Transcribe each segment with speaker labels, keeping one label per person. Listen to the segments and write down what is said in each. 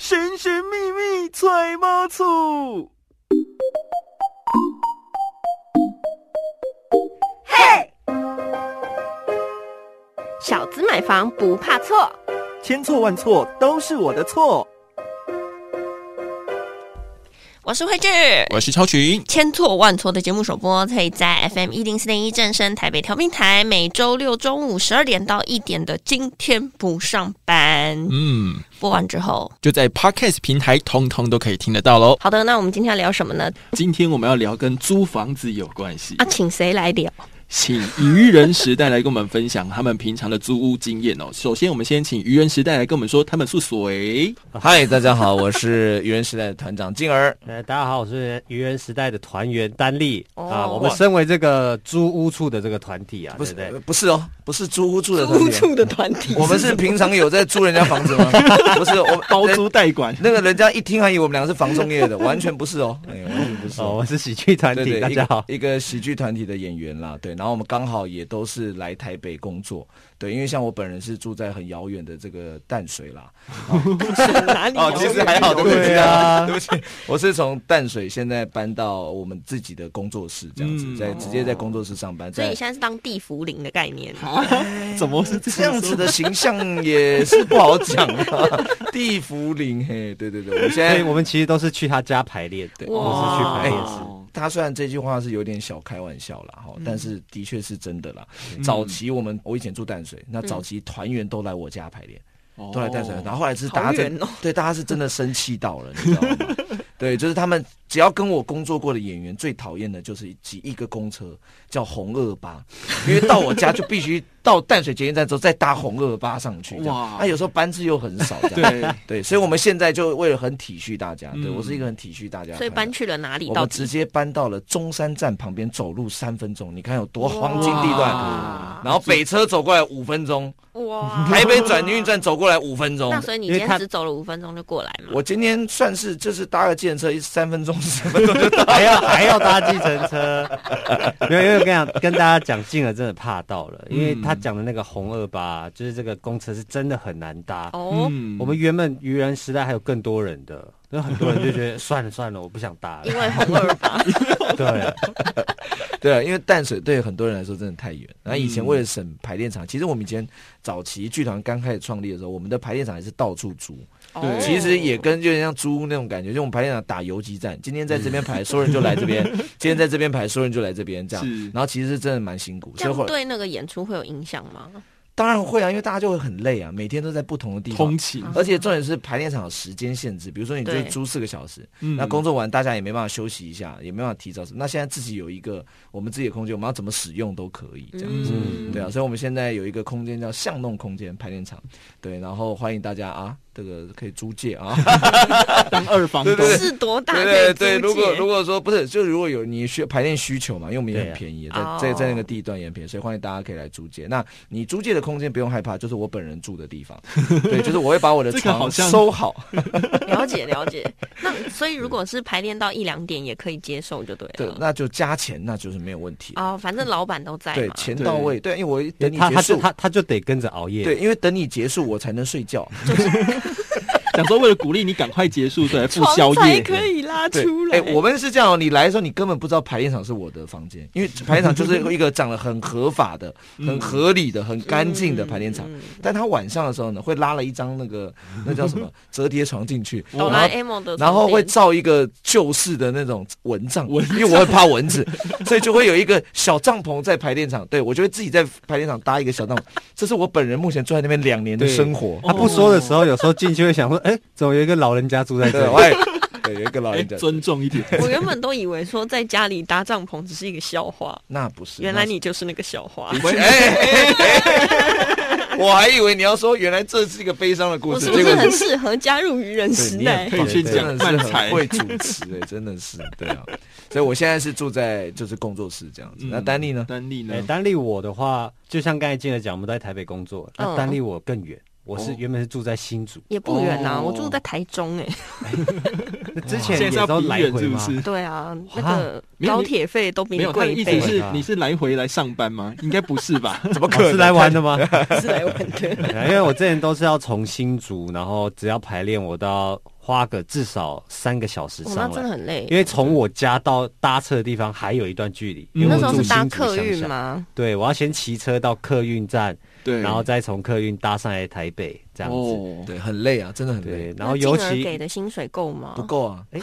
Speaker 1: 神神秘秘揣猫醋。
Speaker 2: 嘿，小资买房不怕错。
Speaker 1: 千错万错都是我的错。
Speaker 2: 我是慧智，
Speaker 3: 我是超群，
Speaker 2: 千错万错的节目首播可以在 FM 一零四点一正声台北调频台，每周六中午十二点到一点的。今天不上班，
Speaker 3: 嗯，
Speaker 2: 播完之后，
Speaker 3: 就在 Podcast 平台通通都可以听得到喽。
Speaker 2: 好的，那我们今天要聊什么呢？
Speaker 3: 今天我们要聊跟租房子有关系
Speaker 2: 啊，，请谁来聊？
Speaker 3: 请愚人时代来跟我们分享他们平常的租屋经验哦。首先，我们先请愚人时代来跟我们说他们是 谁。
Speaker 4: 嗨，大家好，我是愚人时代的团长静儿。
Speaker 5: 呃，大家好，我是愚人时代的团员丹丽、
Speaker 2: 哦
Speaker 5: 啊。我们身为这个租屋处的这个团体啊，
Speaker 4: 不
Speaker 5: 对
Speaker 4: 是
Speaker 5: 不对？
Speaker 4: 不是哦，不是租屋住的团
Speaker 2: 屋
Speaker 4: 体，
Speaker 2: 处的团体，
Speaker 4: 我们是平常有在租人家房子 吗？不是，我
Speaker 3: 包
Speaker 4: 人
Speaker 3: 租代管，
Speaker 4: 那个人家一听还以为我们两个是房仲业的，完全不是哦，哎，完全不是
Speaker 5: 哦，我是喜剧团
Speaker 4: 对
Speaker 5: 体，
Speaker 4: 对，
Speaker 5: 大
Speaker 4: 一
Speaker 5: 家
Speaker 4: 个
Speaker 5: 好。
Speaker 4: 一个喜剧团体的演员啦，对，然后我们刚好也都是来台北工作，对，因为像我本人是住在很遥远的这个淡水啦，
Speaker 2: 哪里？
Speaker 4: 哦，其实还好，对不起
Speaker 5: 对啊
Speaker 4: 对不起，我是从淡水现在搬到我们自己的工作室，这样子，
Speaker 3: 嗯
Speaker 4: 在直接在工作室上班，
Speaker 2: 所以
Speaker 4: 在
Speaker 2: 你现在是当地福林的概 念，
Speaker 4: 哦
Speaker 3: 怎么是
Speaker 4: 这样子的形象也是不好讲啊。地福林，嘿，对对对，我们现
Speaker 5: 所以
Speaker 4: 在
Speaker 5: 我们其实都是去他家排练，
Speaker 4: 对
Speaker 5: 我是去
Speaker 2: 哇
Speaker 5: 排
Speaker 4: 哎
Speaker 5: 练室。
Speaker 4: 他虽然这句话是有点小开玩笑啦，哈，但是的确是真的啦。
Speaker 3: 嗯
Speaker 4: 早期我们我以前住淡水，那早期团员都来我家排练，
Speaker 1: 哦
Speaker 4: 都来淡水，然
Speaker 3: 后
Speaker 4: 后后来是
Speaker 2: 好
Speaker 4: 大家真
Speaker 2: 远哦
Speaker 4: 对大家是真的生气到了，你知道吗？对，就是他们只要跟我工作过的演员，最讨厌的就是挤一个公车叫红二八，因为到我家就必须到淡水捷运站之后再搭红二八上去，哇
Speaker 3: 哇！
Speaker 4: 那有时候班次又很少，这样
Speaker 3: 对，
Speaker 4: 对，所以我们现在就为了很体恤大家，对
Speaker 3: 嗯
Speaker 4: 我是一个很体恤大家的团长，
Speaker 2: 所以搬去了哪里？
Speaker 4: 啊我
Speaker 2: 到
Speaker 4: 们
Speaker 2: 底
Speaker 4: 直接搬到了中山站旁边，走路三分钟，你看有多黄金地段。
Speaker 2: 哇
Speaker 4: 然后北车走过来五分钟，
Speaker 2: 哇
Speaker 4: 台北转运站走过来五分钟
Speaker 2: 那。所以你今天只走了五分钟就过来嘛？
Speaker 4: 我今天算是就是搭个计程车，一三分钟十分钟就到。
Speaker 5: 还要还要搭计程车， 没有，因为我跟你讲，跟大家讲，静儿真的怕到了，
Speaker 4: 嗯
Speaker 5: 因为他讲的那个红二八，就是这个公车是真的很难搭。
Speaker 2: 哦，
Speaker 3: 嗯
Speaker 5: 我们原本愚人时代还有更多人的，那很多人就觉得 算了算了，我不想搭
Speaker 2: 因
Speaker 5: 了。
Speaker 2: 为红二八，
Speaker 5: 对，
Speaker 4: 对，啊因为淡水对很多人来说真的太远。然后以前为了省排练场，其实我们以前早期剧团刚开始创立的时候，我们的排练场也是到处租，
Speaker 2: 哦
Speaker 4: 其实也跟有点像租屋那种感觉，就我们排练场打游击战，今天在这边排，所有人就来这边；今天在这边排，所有人就来这边，这样。
Speaker 3: 是
Speaker 4: 然后其实是真的蛮辛苦，
Speaker 2: 这
Speaker 4: 所以后
Speaker 2: 样
Speaker 4: 来
Speaker 2: 对那个演出会有影响吗？
Speaker 4: 当然会啊，因为大家就会很累啊，每天都在不同的地
Speaker 3: 通
Speaker 4: 方，
Speaker 3: 勤，
Speaker 4: 而且重点是排练场有时间限制，比如说你就
Speaker 2: 对
Speaker 4: 租四个小时，
Speaker 3: 嗯
Speaker 4: 那工作完大家也没办法休息一下，也没办法提早什么。那现在自己有一个我们自己的空间，我们要怎么使用都可以这样子。
Speaker 2: 嗯
Speaker 4: 对啊，所以我们现在有一个空间叫巷弄空间排练场，对，然后欢迎大家啊，这个可以租借啊。
Speaker 3: 当二房东，
Speaker 4: 对对
Speaker 2: 是多大可以
Speaker 4: 对对对，
Speaker 2: 租
Speaker 4: 如果
Speaker 2: 借
Speaker 4: 如果说不是，就如果有你需排练需求嘛，因为我们也
Speaker 5: 对
Speaker 4: 很
Speaker 5: 啊
Speaker 4: 便宜，
Speaker 2: 哦
Speaker 4: 在在在那个地段也很便宜，所以欢迎大家可以来租借。那你租借的空间不用害怕，就是我本人住的地方，对，就是我会把我的
Speaker 3: 这个好
Speaker 4: 床
Speaker 3: 像
Speaker 4: 收好，
Speaker 2: 了解了解。那所以如果是排练到一两点也可以接受就对
Speaker 4: 对
Speaker 2: 了。，
Speaker 4: 那就加钱，那就是没有问题。
Speaker 2: 哦，反正老板都在
Speaker 4: 对，
Speaker 2: 嘛。
Speaker 4: 钱到位，对，因为我一等你
Speaker 5: 他
Speaker 4: 结
Speaker 5: 他就
Speaker 4: 束，
Speaker 5: 他他就得跟着熬夜。
Speaker 4: 对，因为等你结束我才能睡觉，
Speaker 3: 想说为了鼓励你赶快结 束，对，不宵
Speaker 2: 床才
Speaker 3: 夜，
Speaker 2: 可以拉
Speaker 4: 对
Speaker 2: 出，来。
Speaker 4: 哎、我们是这样、哦，你来的时候你根本不知道排练场是我的房间，因为排练场就是一个长得很合法的、 很合理的、很干净的排练场。
Speaker 2: 嗯
Speaker 4: 但他晚上的时候呢，会拉了一张那个那叫什么折叠床进去，然
Speaker 2: 哆
Speaker 4: 后
Speaker 2: 啦 A 梦的床垫，
Speaker 4: 然后会照一个旧式的那种蚊帐，
Speaker 3: 蚊
Speaker 4: 因为我很怕蚊子，所以就会有一个小帐篷在排练场。对我就会自己在排练场搭一个小帐篷，这是我本人目前住在那边两年的生活。
Speaker 5: 他不说的时候，有时候进去会想说，哎，怎么有一个老人家住在这
Speaker 4: 对，
Speaker 5: 里？
Speaker 4: 喂，对，有一个老
Speaker 3: 哎
Speaker 4: 人家，
Speaker 3: 尊重一点，
Speaker 2: 我原本都以为说在家里搭帐篷只是一个笑话，
Speaker 4: 那不 是，
Speaker 2: 原来
Speaker 4: 那
Speaker 2: 你就是那个笑话。
Speaker 4: 喂哎哎哎 哎我还以为你要说，原来这是一个悲伤的故
Speaker 2: 我
Speaker 4: 事，
Speaker 2: 是不
Speaker 4: 结果
Speaker 2: 是很适合加入愚人时
Speaker 4: 对你
Speaker 2: 代
Speaker 4: 很？
Speaker 3: 可以去
Speaker 5: 对
Speaker 3: 讲
Speaker 4: 真的
Speaker 3: 慢
Speaker 4: 是
Speaker 3: 才
Speaker 4: 很，会主持哎、真的是对啊。所以我现在是住在就是工作室这样子。
Speaker 3: 嗯
Speaker 4: 那丹尼呢？
Speaker 3: 丹力呢
Speaker 5: 哎，？丹丽我的话，就像刚才静儿讲，我们都在台北工作，那
Speaker 2: 嗯
Speaker 5: 丹丽我更远，我是
Speaker 3: 哦
Speaker 5: 原本是住在新竹，
Speaker 2: 也不远啊，
Speaker 3: 哦
Speaker 2: 我住在台中哎。
Speaker 5: 那之前
Speaker 3: 现在
Speaker 5: 也
Speaker 3: 是要
Speaker 5: 都
Speaker 3: 逼
Speaker 5: 来
Speaker 3: 人
Speaker 5: 回
Speaker 3: 是不
Speaker 5: 嘛，
Speaker 3: 是？
Speaker 2: 对啊，那
Speaker 5: 哇
Speaker 2: 个
Speaker 3: 没有
Speaker 2: 高
Speaker 3: 你
Speaker 2: 铁费都比
Speaker 3: 没
Speaker 2: 你
Speaker 3: 有，他的
Speaker 2: 贵
Speaker 3: 意
Speaker 2: 一
Speaker 3: 思
Speaker 2: 倍，
Speaker 4: 啊
Speaker 3: 是你是来回来上班 吗？应该不是吧？
Speaker 4: 怎么可
Speaker 5: 哦
Speaker 4: 能？
Speaker 5: 是来玩的吗？
Speaker 2: 是来玩的。
Speaker 5: 因为我之前都是要从新竹，然后只要排练，我都要花个至少三个小时
Speaker 2: 我
Speaker 5: 上
Speaker 2: 那
Speaker 5: 来，
Speaker 2: 真的很累。
Speaker 5: 因为从我家到搭车的地方还有一段距离，
Speaker 3: 嗯
Speaker 5: 因为
Speaker 2: 那
Speaker 5: 我
Speaker 2: 时候
Speaker 5: 住
Speaker 2: 是搭
Speaker 5: 新竹
Speaker 2: 客
Speaker 5: 乡
Speaker 2: 运
Speaker 5: 下？
Speaker 2: 吗？
Speaker 5: 对，我要先骑车到客运站，
Speaker 3: 对，
Speaker 5: 然后再从客运搭上来台北，这样子。
Speaker 3: 哦，
Speaker 4: 对，很累啊，真的很累
Speaker 5: 对，，然后
Speaker 2: 那金
Speaker 5: 尤
Speaker 2: 额
Speaker 5: 其
Speaker 2: 给的薪水够吗？
Speaker 4: 不。够啊。
Speaker 5: 哎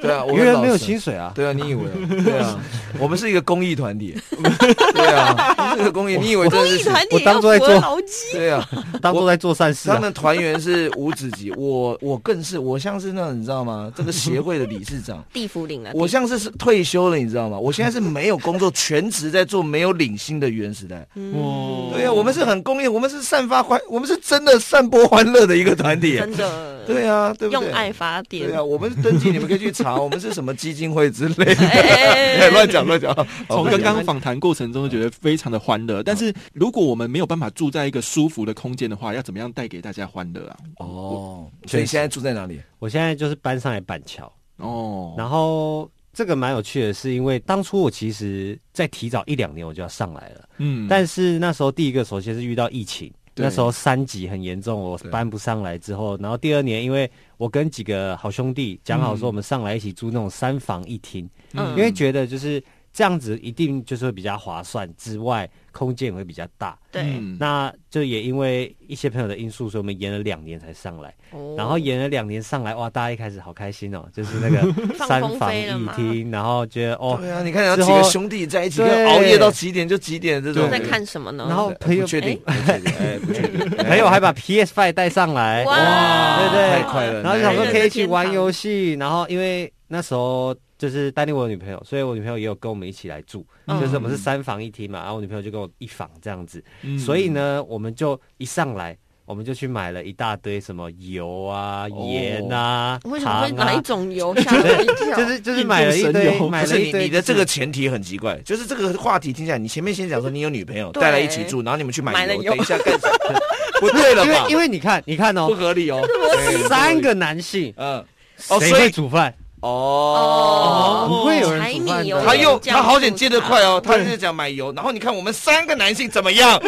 Speaker 4: 对啊，我
Speaker 5: 因
Speaker 4: 很
Speaker 5: 为
Speaker 4: 老
Speaker 5: 没有
Speaker 4: 实
Speaker 5: 薪水啊，
Speaker 4: 对啊，你以为啊？对啊，我们是一个公益团体。对啊，我们是一个公益，你以为真
Speaker 2: 公
Speaker 4: 的
Speaker 2: 益
Speaker 4: 是？
Speaker 2: 团体
Speaker 5: 我
Speaker 2: 也
Speaker 5: 当
Speaker 2: 啊要
Speaker 5: 作在
Speaker 2: 符合
Speaker 5: 做
Speaker 2: 劳基，
Speaker 4: 对啊，
Speaker 5: 当做在做善事
Speaker 4: 他
Speaker 5: 啊。
Speaker 4: 们团员是无止级，我我更是，我像是那种你知道吗？这个协会的理事长，
Speaker 2: 地府领啊了。
Speaker 4: 我像是是退休了，你知道吗？我现在是没有工作，全职在做没有领薪的原时代。
Speaker 2: 嗯
Speaker 4: 对啊，我们是很公益，我们是散发欢，我们是真的散播欢乐的一个团体。
Speaker 2: 真 的
Speaker 4: 对啊，对不对？
Speaker 2: 用爱发电
Speaker 4: 对。啊，我们是登记，你们可以去查，我们是什么基金会之类的。
Speaker 2: 哎哎
Speaker 4: 哎，乱讲乱讲。
Speaker 3: 从刚刚访谈过程中觉得非常的欢乐，但是如果我们没有办法住在一个舒服的空间的话，要怎么样带给大家欢乐啊？
Speaker 4: 哦，所以现在住在哪里？
Speaker 5: 我现在就是搬上来板桥，
Speaker 3: 哦，
Speaker 5: 然后这个蛮有趣的，是因为当初我其实在提早一两年我就要上来了，
Speaker 3: 嗯
Speaker 5: 但是那时候第一个首先是遇到疫情，
Speaker 3: 对
Speaker 5: 那时候三级很严重，我搬不上来之后，然后第二年因为我跟几个好兄弟讲好说我们上来一起租那种三房一厅，
Speaker 2: 嗯
Speaker 5: 因为觉得就是这样子一定就是会比较划算，之外空间也会比较大。
Speaker 2: 对，
Speaker 3: 嗯
Speaker 5: 那就也因为一些朋友的因素，所以我们延了两年才上来。
Speaker 2: 哦
Speaker 5: 然后演了两年上来，哇，大家一开始好开心 哦，就是那个
Speaker 2: 放
Speaker 5: 三
Speaker 2: 风
Speaker 5: 房
Speaker 2: 飞
Speaker 5: 一
Speaker 2: 了嘛
Speaker 5: 厅，然后觉得哦，
Speaker 4: 对啊，你看有几
Speaker 5: 之后
Speaker 4: 个兄弟在一起，
Speaker 5: 对
Speaker 4: 可以熬夜到几点就几点这种
Speaker 3: 对。
Speaker 2: 在看什么呢？
Speaker 5: 然后
Speaker 4: 对
Speaker 5: 哦朋友哎
Speaker 4: 不确定，哎不确定不确定
Speaker 5: 朋友还把 PS Five 带上来，
Speaker 2: 哇，
Speaker 5: 对不
Speaker 4: 太
Speaker 5: 对
Speaker 4: 快乐了
Speaker 5: 然后就想说可以
Speaker 2: 男人的
Speaker 5: 一起
Speaker 2: 天
Speaker 5: 玩
Speaker 2: 堂
Speaker 5: 游戏，然后因为那时候就是丹妮我有女朋友，所以我女朋友也有跟我们一起来住，
Speaker 2: 嗯
Speaker 5: 就是我们是三房一厅嘛，然后我女朋友就跟我一房这样子，
Speaker 3: 嗯
Speaker 5: 所以呢，我们就一上来。我们就去买了一大堆什么油啊、盐啊、
Speaker 2: 哦为什
Speaker 5: 糖
Speaker 2: 么
Speaker 5: 啊
Speaker 2: 会哪一种油吓我 一跳？
Speaker 5: 就是就是买了一
Speaker 3: 印度神
Speaker 5: 堆，
Speaker 3: 油
Speaker 5: 买
Speaker 4: 不
Speaker 5: 了
Speaker 4: 是
Speaker 5: 一
Speaker 4: 你
Speaker 5: 堆。
Speaker 4: 你的这个前提很奇怪，就是这个话题听起来，你前面先讲说你有女朋友
Speaker 2: 对
Speaker 4: 带来一起住，然后你们去买
Speaker 2: 买了
Speaker 4: 油，
Speaker 2: 油
Speaker 4: 等一下干什么？ 不对了
Speaker 5: 因
Speaker 4: 吧
Speaker 5: 为？因为你看，你看
Speaker 4: 不
Speaker 5: 哦，
Speaker 4: 合理哦，对
Speaker 5: 三个男性，
Speaker 4: 嗯哦，
Speaker 5: 谁
Speaker 4: 所
Speaker 5: 会
Speaker 4: 以
Speaker 5: 煮饭？
Speaker 4: 哦。
Speaker 5: 不会有人
Speaker 2: 柴
Speaker 5: 煮饭
Speaker 2: 米
Speaker 5: 的
Speaker 2: 油盐
Speaker 4: 他又
Speaker 2: 酱
Speaker 4: 他好险接得快哦，
Speaker 2: 醋
Speaker 4: 他是讲买油，然后你看我们三个男性怎么样？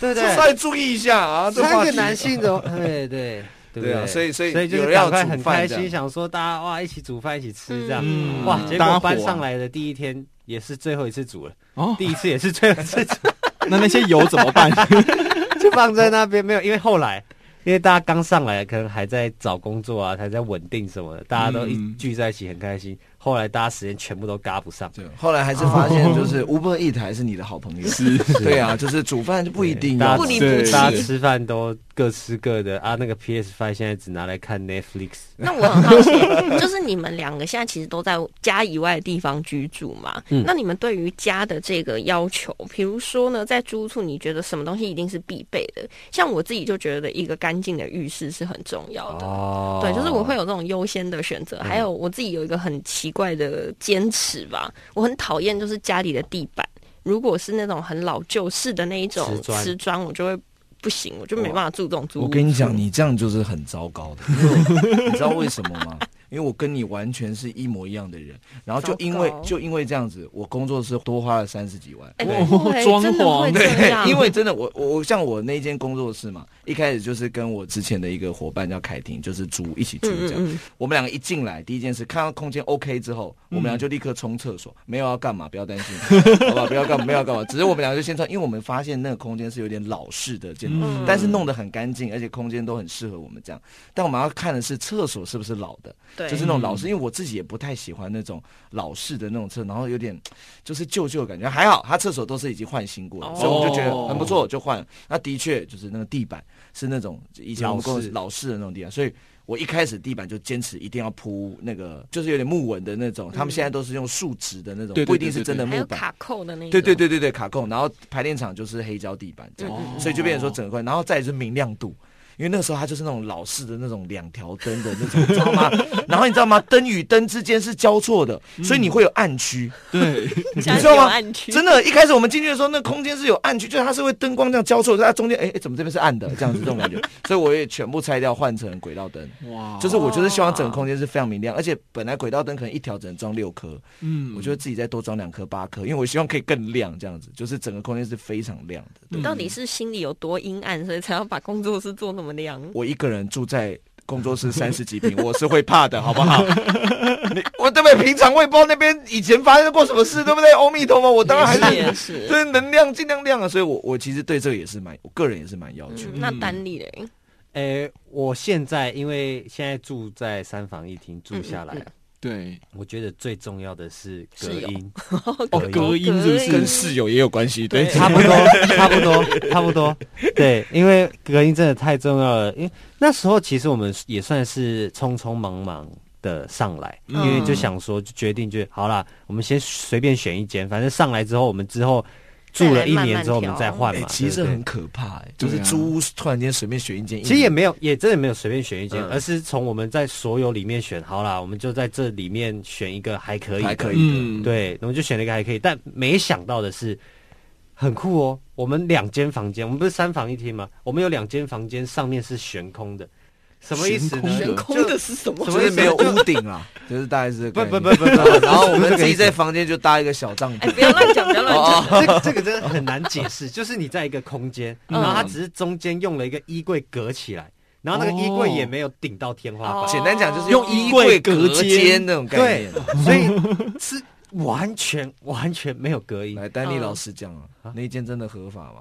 Speaker 5: 对不
Speaker 4: 稍
Speaker 5: 对？
Speaker 4: 微注意一下啊，这
Speaker 5: 三
Speaker 4: 话
Speaker 5: 个
Speaker 4: 题
Speaker 5: 男 性的，对对。对不
Speaker 4: 对啊所以所以
Speaker 5: 所以就
Speaker 4: 有
Speaker 5: 是
Speaker 4: 人要
Speaker 5: 赶快
Speaker 4: 煮
Speaker 5: 很
Speaker 4: 饭
Speaker 5: 开
Speaker 4: 这
Speaker 5: 心，
Speaker 4: 样
Speaker 5: 想说大家哇一起煮饭一起吃这样，
Speaker 3: 嗯
Speaker 5: 哇！结
Speaker 3: 搭
Speaker 5: 果
Speaker 3: 伙
Speaker 5: 搬上来的第一天也是最后一次煮了，
Speaker 3: 哦，
Speaker 5: 第一次也是最后一 次煮，
Speaker 3: 那那些油怎么办？
Speaker 5: 就放在那边没有，因为后来因为大家刚上来可能还在找工作啊，还在稳定什么的，大家都一
Speaker 3: 嗯
Speaker 5: 聚在一起很开心，后来大家时间全部都嘎不上，
Speaker 4: 对，后来还是发现，就是 Uber Eat 还是你的好朋友。是，对啊，就是煮饭就不一定
Speaker 5: 大
Speaker 4: 啊
Speaker 5: 家
Speaker 2: 不离
Speaker 3: 不弃
Speaker 5: 大家吃饭都各吃各的啊。那个 PS Five 现在只拿来看 Netflix，
Speaker 2: 那我很 好奇，就是你们两个现在其实都在家以外的地方居住嘛？
Speaker 5: 嗯
Speaker 2: 那你们对于家的这个要求，比如说呢，在租屋处，你觉得什么东西一定是必备的？像我自己就觉得一个干净的浴室是很重要的。
Speaker 5: 哦嗯
Speaker 2: 对，就是我会有这种优先的选择，还有我自己有一个很奇怪的坚持吧，我很讨厌就是家里的地板，如果是那种很老旧式的那一种
Speaker 5: 瓷砖哦
Speaker 2: 瓷砖，我就会不行，我就没办法住这种租屋。
Speaker 4: 我跟你讲，你这样就是很糟糕的，因为我你知道为什么 吗？因为我跟你完全是一模一样的人，然后就因为
Speaker 2: 糟糕
Speaker 4: 就因为这样子，我工作室多花了三十几万。
Speaker 2: 哎
Speaker 3: 哦
Speaker 2: 会
Speaker 3: 装
Speaker 2: 真的
Speaker 3: 潢
Speaker 2: 会这样
Speaker 4: 对，因为真的，我我我像我那间工作室嘛，一开始就是跟我之前的一个伙伴叫凯婷，就是租一起住
Speaker 2: 嗯
Speaker 4: 这样。
Speaker 2: 嗯
Speaker 4: 我们两个一进来，第一件事看到空间 OK 之后，我们俩就立刻冲厕所，没有要干嘛，不要担心，好吧，不要干嘛，没有要干嘛，只是我们俩就先穿，因为我们发现那个空间是有点老式的建筑，
Speaker 3: 嗯
Speaker 4: 但是弄得很干净，而且空间都很适合我们这样。但我们要看的是厕所是不是老的，
Speaker 2: 对，
Speaker 4: 就是那种
Speaker 3: 嗯
Speaker 4: 老式，因为我自己也不太喜欢那种老式的那种厕，然后有点就是旧旧的感觉。还好，他厕所都是已经换新过了，
Speaker 2: 哦
Speaker 4: 所以我们就觉得很不
Speaker 3: 哦
Speaker 4: 错，就换了。那的确就是那个地板是那种以前我们
Speaker 5: 老
Speaker 4: 公
Speaker 5: 式
Speaker 4: 司老式的那种地板，所以。我一开始地板就坚持一定要铺那个，就是有点木纹的那种，他们现在都是用树脂的那种，
Speaker 3: 嗯对对
Speaker 4: 不一定是真的
Speaker 2: 还
Speaker 4: 木
Speaker 2: 有
Speaker 4: 板。
Speaker 2: 卡扣的那种，
Speaker 4: 对对对对对，卡控，然后排练场就是黑胶地板这样，
Speaker 3: 嗯
Speaker 4: 所以就变成说整块，然后再来就是明亮度。因为那个时候它就是那种老式的那种两条灯的那种，你知道吗？然后你知道吗？灯与灯之间是交错的，所以你会有暗区，
Speaker 3: 对，
Speaker 2: 你
Speaker 4: 你知道吗
Speaker 2: 暗？区
Speaker 4: 真的，一开始我们进去的时候，那空间是有暗区，就是它是会灯光这样交错，它中间哎哎，怎么这边是暗的？这样子这种感觉，所以我也全部拆掉，换成轨道灯。
Speaker 3: 哇
Speaker 4: 就是我就是希望整个空间是非常明亮，而且本来轨道灯可能一条只能装六颗，
Speaker 3: 嗯
Speaker 4: 我觉得自己再多装两颗、八颗，因为我希望可以更亮，这样子，就是整个空间是非常亮
Speaker 2: 嗯
Speaker 4: 的。嗯
Speaker 2: 你到底是心里有多阴暗，所以才要把工作室做那么亮？
Speaker 4: 我一个人住在工作室三十几平，我是会怕的，好不好？你我对不对？平常我也不知道那边以前发生过什么事，对不对？阿弥陀佛，我当然还
Speaker 2: 也是
Speaker 4: 是
Speaker 2: 也是。
Speaker 4: 对能量尽量量啊，所以我我其实对这个也是蛮，我个人也是蛮要求。
Speaker 2: 嗯那丹力嘞，
Speaker 5: 诶、我现在因为现在住在三房一厅住下来，
Speaker 2: 嗯嗯
Speaker 3: 对，
Speaker 5: 我觉得最重要的是隔
Speaker 2: 室友
Speaker 5: 音，
Speaker 3: 哦，
Speaker 5: 隔
Speaker 3: 隔音是不是？
Speaker 4: 跟室友也有关系， 对，
Speaker 5: 差不多，差不多，差不多。对，因为隔音真的太重要了。因为那时候其实我们也算是匆匆忙忙的上来，
Speaker 2: 嗯
Speaker 5: 因为就想说，就决定就好啦，我们先随便选一间，反正上来之后，我们之后住了一年之后，我们再换
Speaker 4: 哎、
Speaker 5: 嘛。
Speaker 4: 其实
Speaker 5: 对
Speaker 4: 这
Speaker 5: 不对
Speaker 4: 很可怕、哎，就是
Speaker 3: 对啊
Speaker 4: 租屋突然间随便选一间，
Speaker 5: 其实也没有，也真的没有随便选一间，
Speaker 4: 嗯
Speaker 5: 而是从我们在所有里面选好啦，我们就在这里面选一个还可以的，
Speaker 4: 还可以的，
Speaker 3: 嗯，，
Speaker 5: 对，我们就选了一个还可以，但没想到的是，很酷哦。我们两间房间，我们不是三房一厅吗？我们有两间房间，上面是悬空的，什么意思呢？
Speaker 3: 悬
Speaker 2: 悬空的是什么？
Speaker 4: 就是没有屋顶啊， 就是大概是这个概念
Speaker 5: 不不不不不
Speaker 4: 然后我
Speaker 5: 不
Speaker 4: 们
Speaker 5: 是这个
Speaker 4: 自己
Speaker 5: 意思
Speaker 4: 在房间就搭一个小帐
Speaker 2: 哎，
Speaker 4: 篷，
Speaker 2: 不要乱讲，不要乱
Speaker 4: 哦
Speaker 2: 讲。
Speaker 5: 这个这个真的很难解释，就是你在一个空间，
Speaker 2: 嗯
Speaker 5: 然后它只是中间用了一个衣柜隔起来，然后那个衣柜也没有顶到天花板，
Speaker 2: 哦
Speaker 4: 简单讲就是
Speaker 3: 用衣
Speaker 4: 衣
Speaker 3: 柜
Speaker 4: 柜
Speaker 3: 隔
Speaker 4: 隔
Speaker 3: 间
Speaker 4: 间那种概念。
Speaker 5: 所以是完全完全没有隔音。
Speaker 4: 来，丹尼
Speaker 2: 嗯
Speaker 4: 老师讲啊
Speaker 5: 啊，
Speaker 4: 那一间真的合法吗？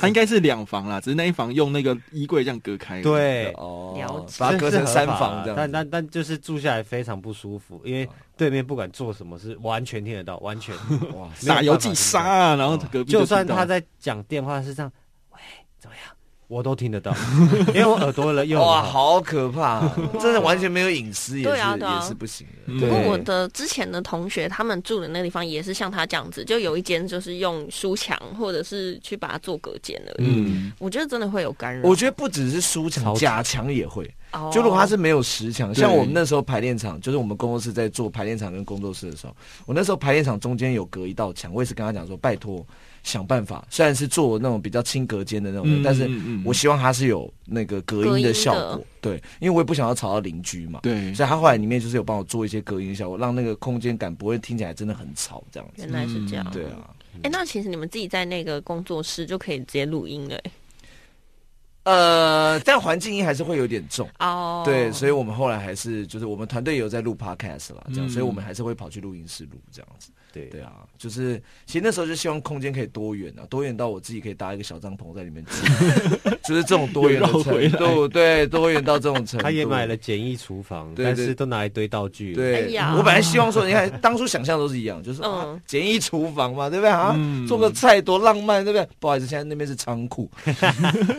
Speaker 3: 它应该是两房啦，只是那一房用那个衣柜这样隔开。，
Speaker 5: 对，
Speaker 2: 了
Speaker 4: 哦，
Speaker 2: 解
Speaker 4: 把它隔成三房这
Speaker 5: 的，
Speaker 4: 样
Speaker 5: 但
Speaker 4: 子。啊
Speaker 5: 但但就是住下来非常不舒服，因为对面不管做什么是完全听得到，完全
Speaker 4: 哇，
Speaker 3: 打游击杀啊，然后隔壁
Speaker 5: 就
Speaker 3: 知
Speaker 5: 算
Speaker 3: 道
Speaker 5: 他在讲电话是这样，喂，怎么样，我都听得到， 因为我耳朵了又
Speaker 4: 哇，好可怕啊！真的完全没有隐私，也是
Speaker 2: 对啊对啊
Speaker 4: 也是不行的。
Speaker 3: 嗯
Speaker 2: 不过
Speaker 5: 对
Speaker 2: 我的之前的同学，他们住的那个地方也是像他这样子，就有一间就是用书墙或者是去把它做隔间而已。
Speaker 3: 嗯，
Speaker 2: 我觉得真的会有干扰。
Speaker 4: 我觉得不只是书墙，
Speaker 5: 超级
Speaker 4: 假墙也会。
Speaker 2: 哦
Speaker 4: 就如果他是没有实墙，像
Speaker 3: 对
Speaker 4: 我们那时候排练场，就是我们工作室在做排练场跟工作室的时候，我那时候排练场中间有隔一道墙，我也是跟他讲说，拜托想办法，虽然是做那种比较轻隔间的那种，
Speaker 3: 嗯
Speaker 4: 但是
Speaker 3: 嗯嗯
Speaker 4: 我希望它是有那个隔
Speaker 2: 隔
Speaker 4: 音
Speaker 2: 音的
Speaker 4: 的效果，对，因为我也不想要吵到邻居嘛，
Speaker 3: 对，
Speaker 4: 所以他后来里面就是有帮我做一些隔音效果，让那个空间感不会听起来真的很吵这样子，
Speaker 2: 原来是这样，
Speaker 4: 对。啊。
Speaker 2: 哎、那其实你们自己在那个工作室就可以直接录音了、哎
Speaker 4: 呃，但环境音还是会有点重，
Speaker 2: 哦，
Speaker 4: 对，所以我们后来还是就是我们团队有在录 podcast 啦，这样，
Speaker 3: 嗯
Speaker 4: 所以我们还是会跑去录音室录这样子。
Speaker 5: 对
Speaker 4: 对啊，就是其实那时候就希望空间可以多元啊，多元到我自己可以搭一个小帐篷在里面住，就是这种多元的
Speaker 3: 又绕回
Speaker 4: 程
Speaker 3: 来
Speaker 4: 度，对，多元到这种程度。
Speaker 5: 他也买了简易厨房，
Speaker 4: 对对
Speaker 5: 但是都拿一堆道具，
Speaker 2: 哎
Speaker 4: 对，
Speaker 2: 呀
Speaker 4: 我本来希望说，你看当初想象都是一 样，就是、啊
Speaker 2: 嗯、
Speaker 4: 简易厨房嘛，对不对啊？
Speaker 3: 嗯
Speaker 4: 做个菜多浪漫，对不对？不好意思，现在那边是仓库。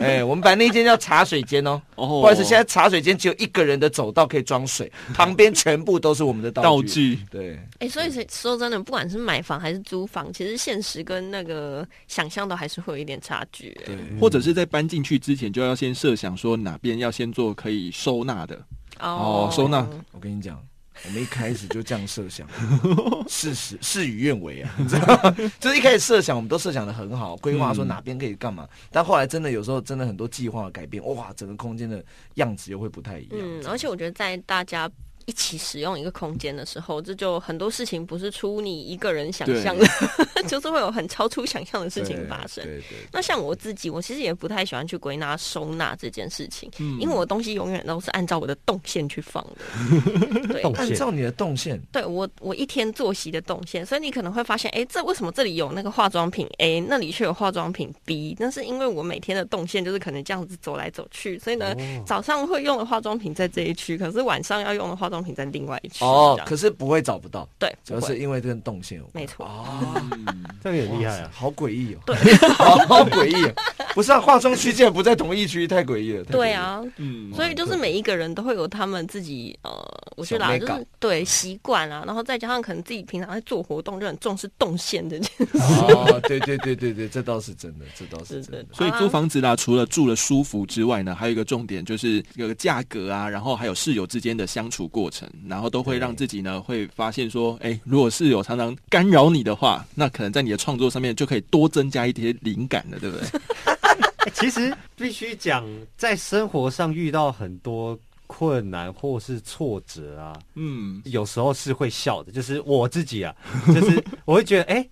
Speaker 4: 哎，我们把那间叫茶水间哦。
Speaker 3: 哦，
Speaker 4: 不好意思，现在茶水间只有一个人的走道可以 装水，旁边全部都是我们的道
Speaker 3: 道
Speaker 4: 具。
Speaker 3: 具
Speaker 4: 对，
Speaker 2: 哎、所以说真的，不管是买房还是租房，其实现实跟那个想象都还是会有一点差距、哎
Speaker 4: 对
Speaker 3: 或者是在搬进去之前就要先设想说哪边要先做可以收纳的，
Speaker 2: 哦
Speaker 3: 哦收纳
Speaker 4: 我跟你讲，我们一开始就这样 设想，事实事与愿违啊，你知道吗？就是一开始设想，我们都设想的很好，规
Speaker 2: 嗯
Speaker 4: 划说哪边可以干嘛，但后来真的有时候真的很多计划的改变，哇，整个空间的样子又会不太一样。
Speaker 2: 嗯，而且我觉得在大家一起使用一个空间的时候，这就很多事情不是出你一个人想象的， 就是会有很超出想象的事情发生。
Speaker 4: 对对对
Speaker 2: 那像我自己，我其实也不太喜欢去归纳收纳这件事情，
Speaker 3: 嗯
Speaker 2: 因为我的东西永远都是按照我的动线去放的。对，
Speaker 5: 动
Speaker 4: 按
Speaker 5: 线。
Speaker 4: 照你的动线，
Speaker 2: 对我我一天作息的动线，所以你可能会发现，哎，这为什么这里有那个化妆品 A，那里却有化妆品 B？那是因为我每天的动线就是可能这样子走来走去，所以呢，
Speaker 4: 哦
Speaker 2: 早上会用的化妆品在这一区，可是晚上要用的化妆品在另外一区。
Speaker 4: 哦
Speaker 2: 这，样
Speaker 4: 可是不会找不到，
Speaker 2: 对，
Speaker 4: 主要
Speaker 2: 啊不会
Speaker 4: 是因为这跟动线有关
Speaker 2: 没。错，
Speaker 4: 哦，
Speaker 3: 嗯
Speaker 5: 这个也厉害啊！
Speaker 4: 好诡异哦！ 好好诡异哦！不是啊，化妆区竟然不在同一区，太诡异了。太诡异了
Speaker 2: 对，啊，
Speaker 3: 嗯，
Speaker 2: 所以就是每一个人都会有他们自己呃，我觉得
Speaker 4: 小
Speaker 2: 啦，
Speaker 4: 美
Speaker 2: 就
Speaker 4: 感
Speaker 2: 是对习惯啊，然后再加上可能自己平常在做活动就很重视动线这件事。
Speaker 4: 哦，对对对对对，这倒是真的，这倒是真的
Speaker 2: 是。的
Speaker 3: 所以租房子啦，除了住了舒服之外呢，还有一个重点就是有个价格啊，然后还有室友之间的相处过程，然后都会让自己呢会发现说，哎，如果室友常常干扰你的话，那可能在你的创作上面就可以多增加一些灵感了，对不对？
Speaker 5: 哎其实必须讲，在生活上遇到很多困难或是挫折啊，
Speaker 3: 嗯，
Speaker 5: 有时候是会笑的，就是我自己啊，就是我会觉得，哎、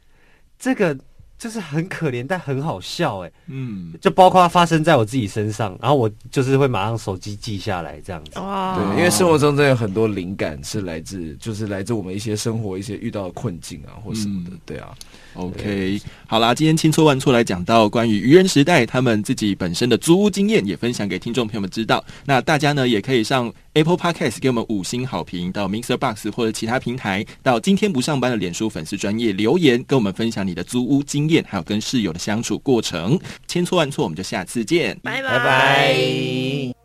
Speaker 5: 这个就是很可怜，但很好笑哎。
Speaker 3: 嗯，
Speaker 5: 就包括发生在我自己身上，然后我就是会马上手机记下来这样子。
Speaker 2: 哇，
Speaker 4: 对，因为生活中真的有很多灵感是来自，就是来自我们一些生活一些遇到的困境啊，或什么的
Speaker 3: 嗯。
Speaker 4: 对啊，
Speaker 3: OK，好啦，今天千错万错来讲到关于愚人时代他们自己本身的租屋经验，也分享给听众朋友们知道。那大家呢也可以上 Apple Podcast 给我们五星好评，到 Mixer Box 或者其他平台，到今天不上班的脸书粉丝专业留言，跟我们分享你的租屋经验，还有跟室友的相处过程。千错万错，我们就下次见，
Speaker 2: 拜
Speaker 5: 拜拜。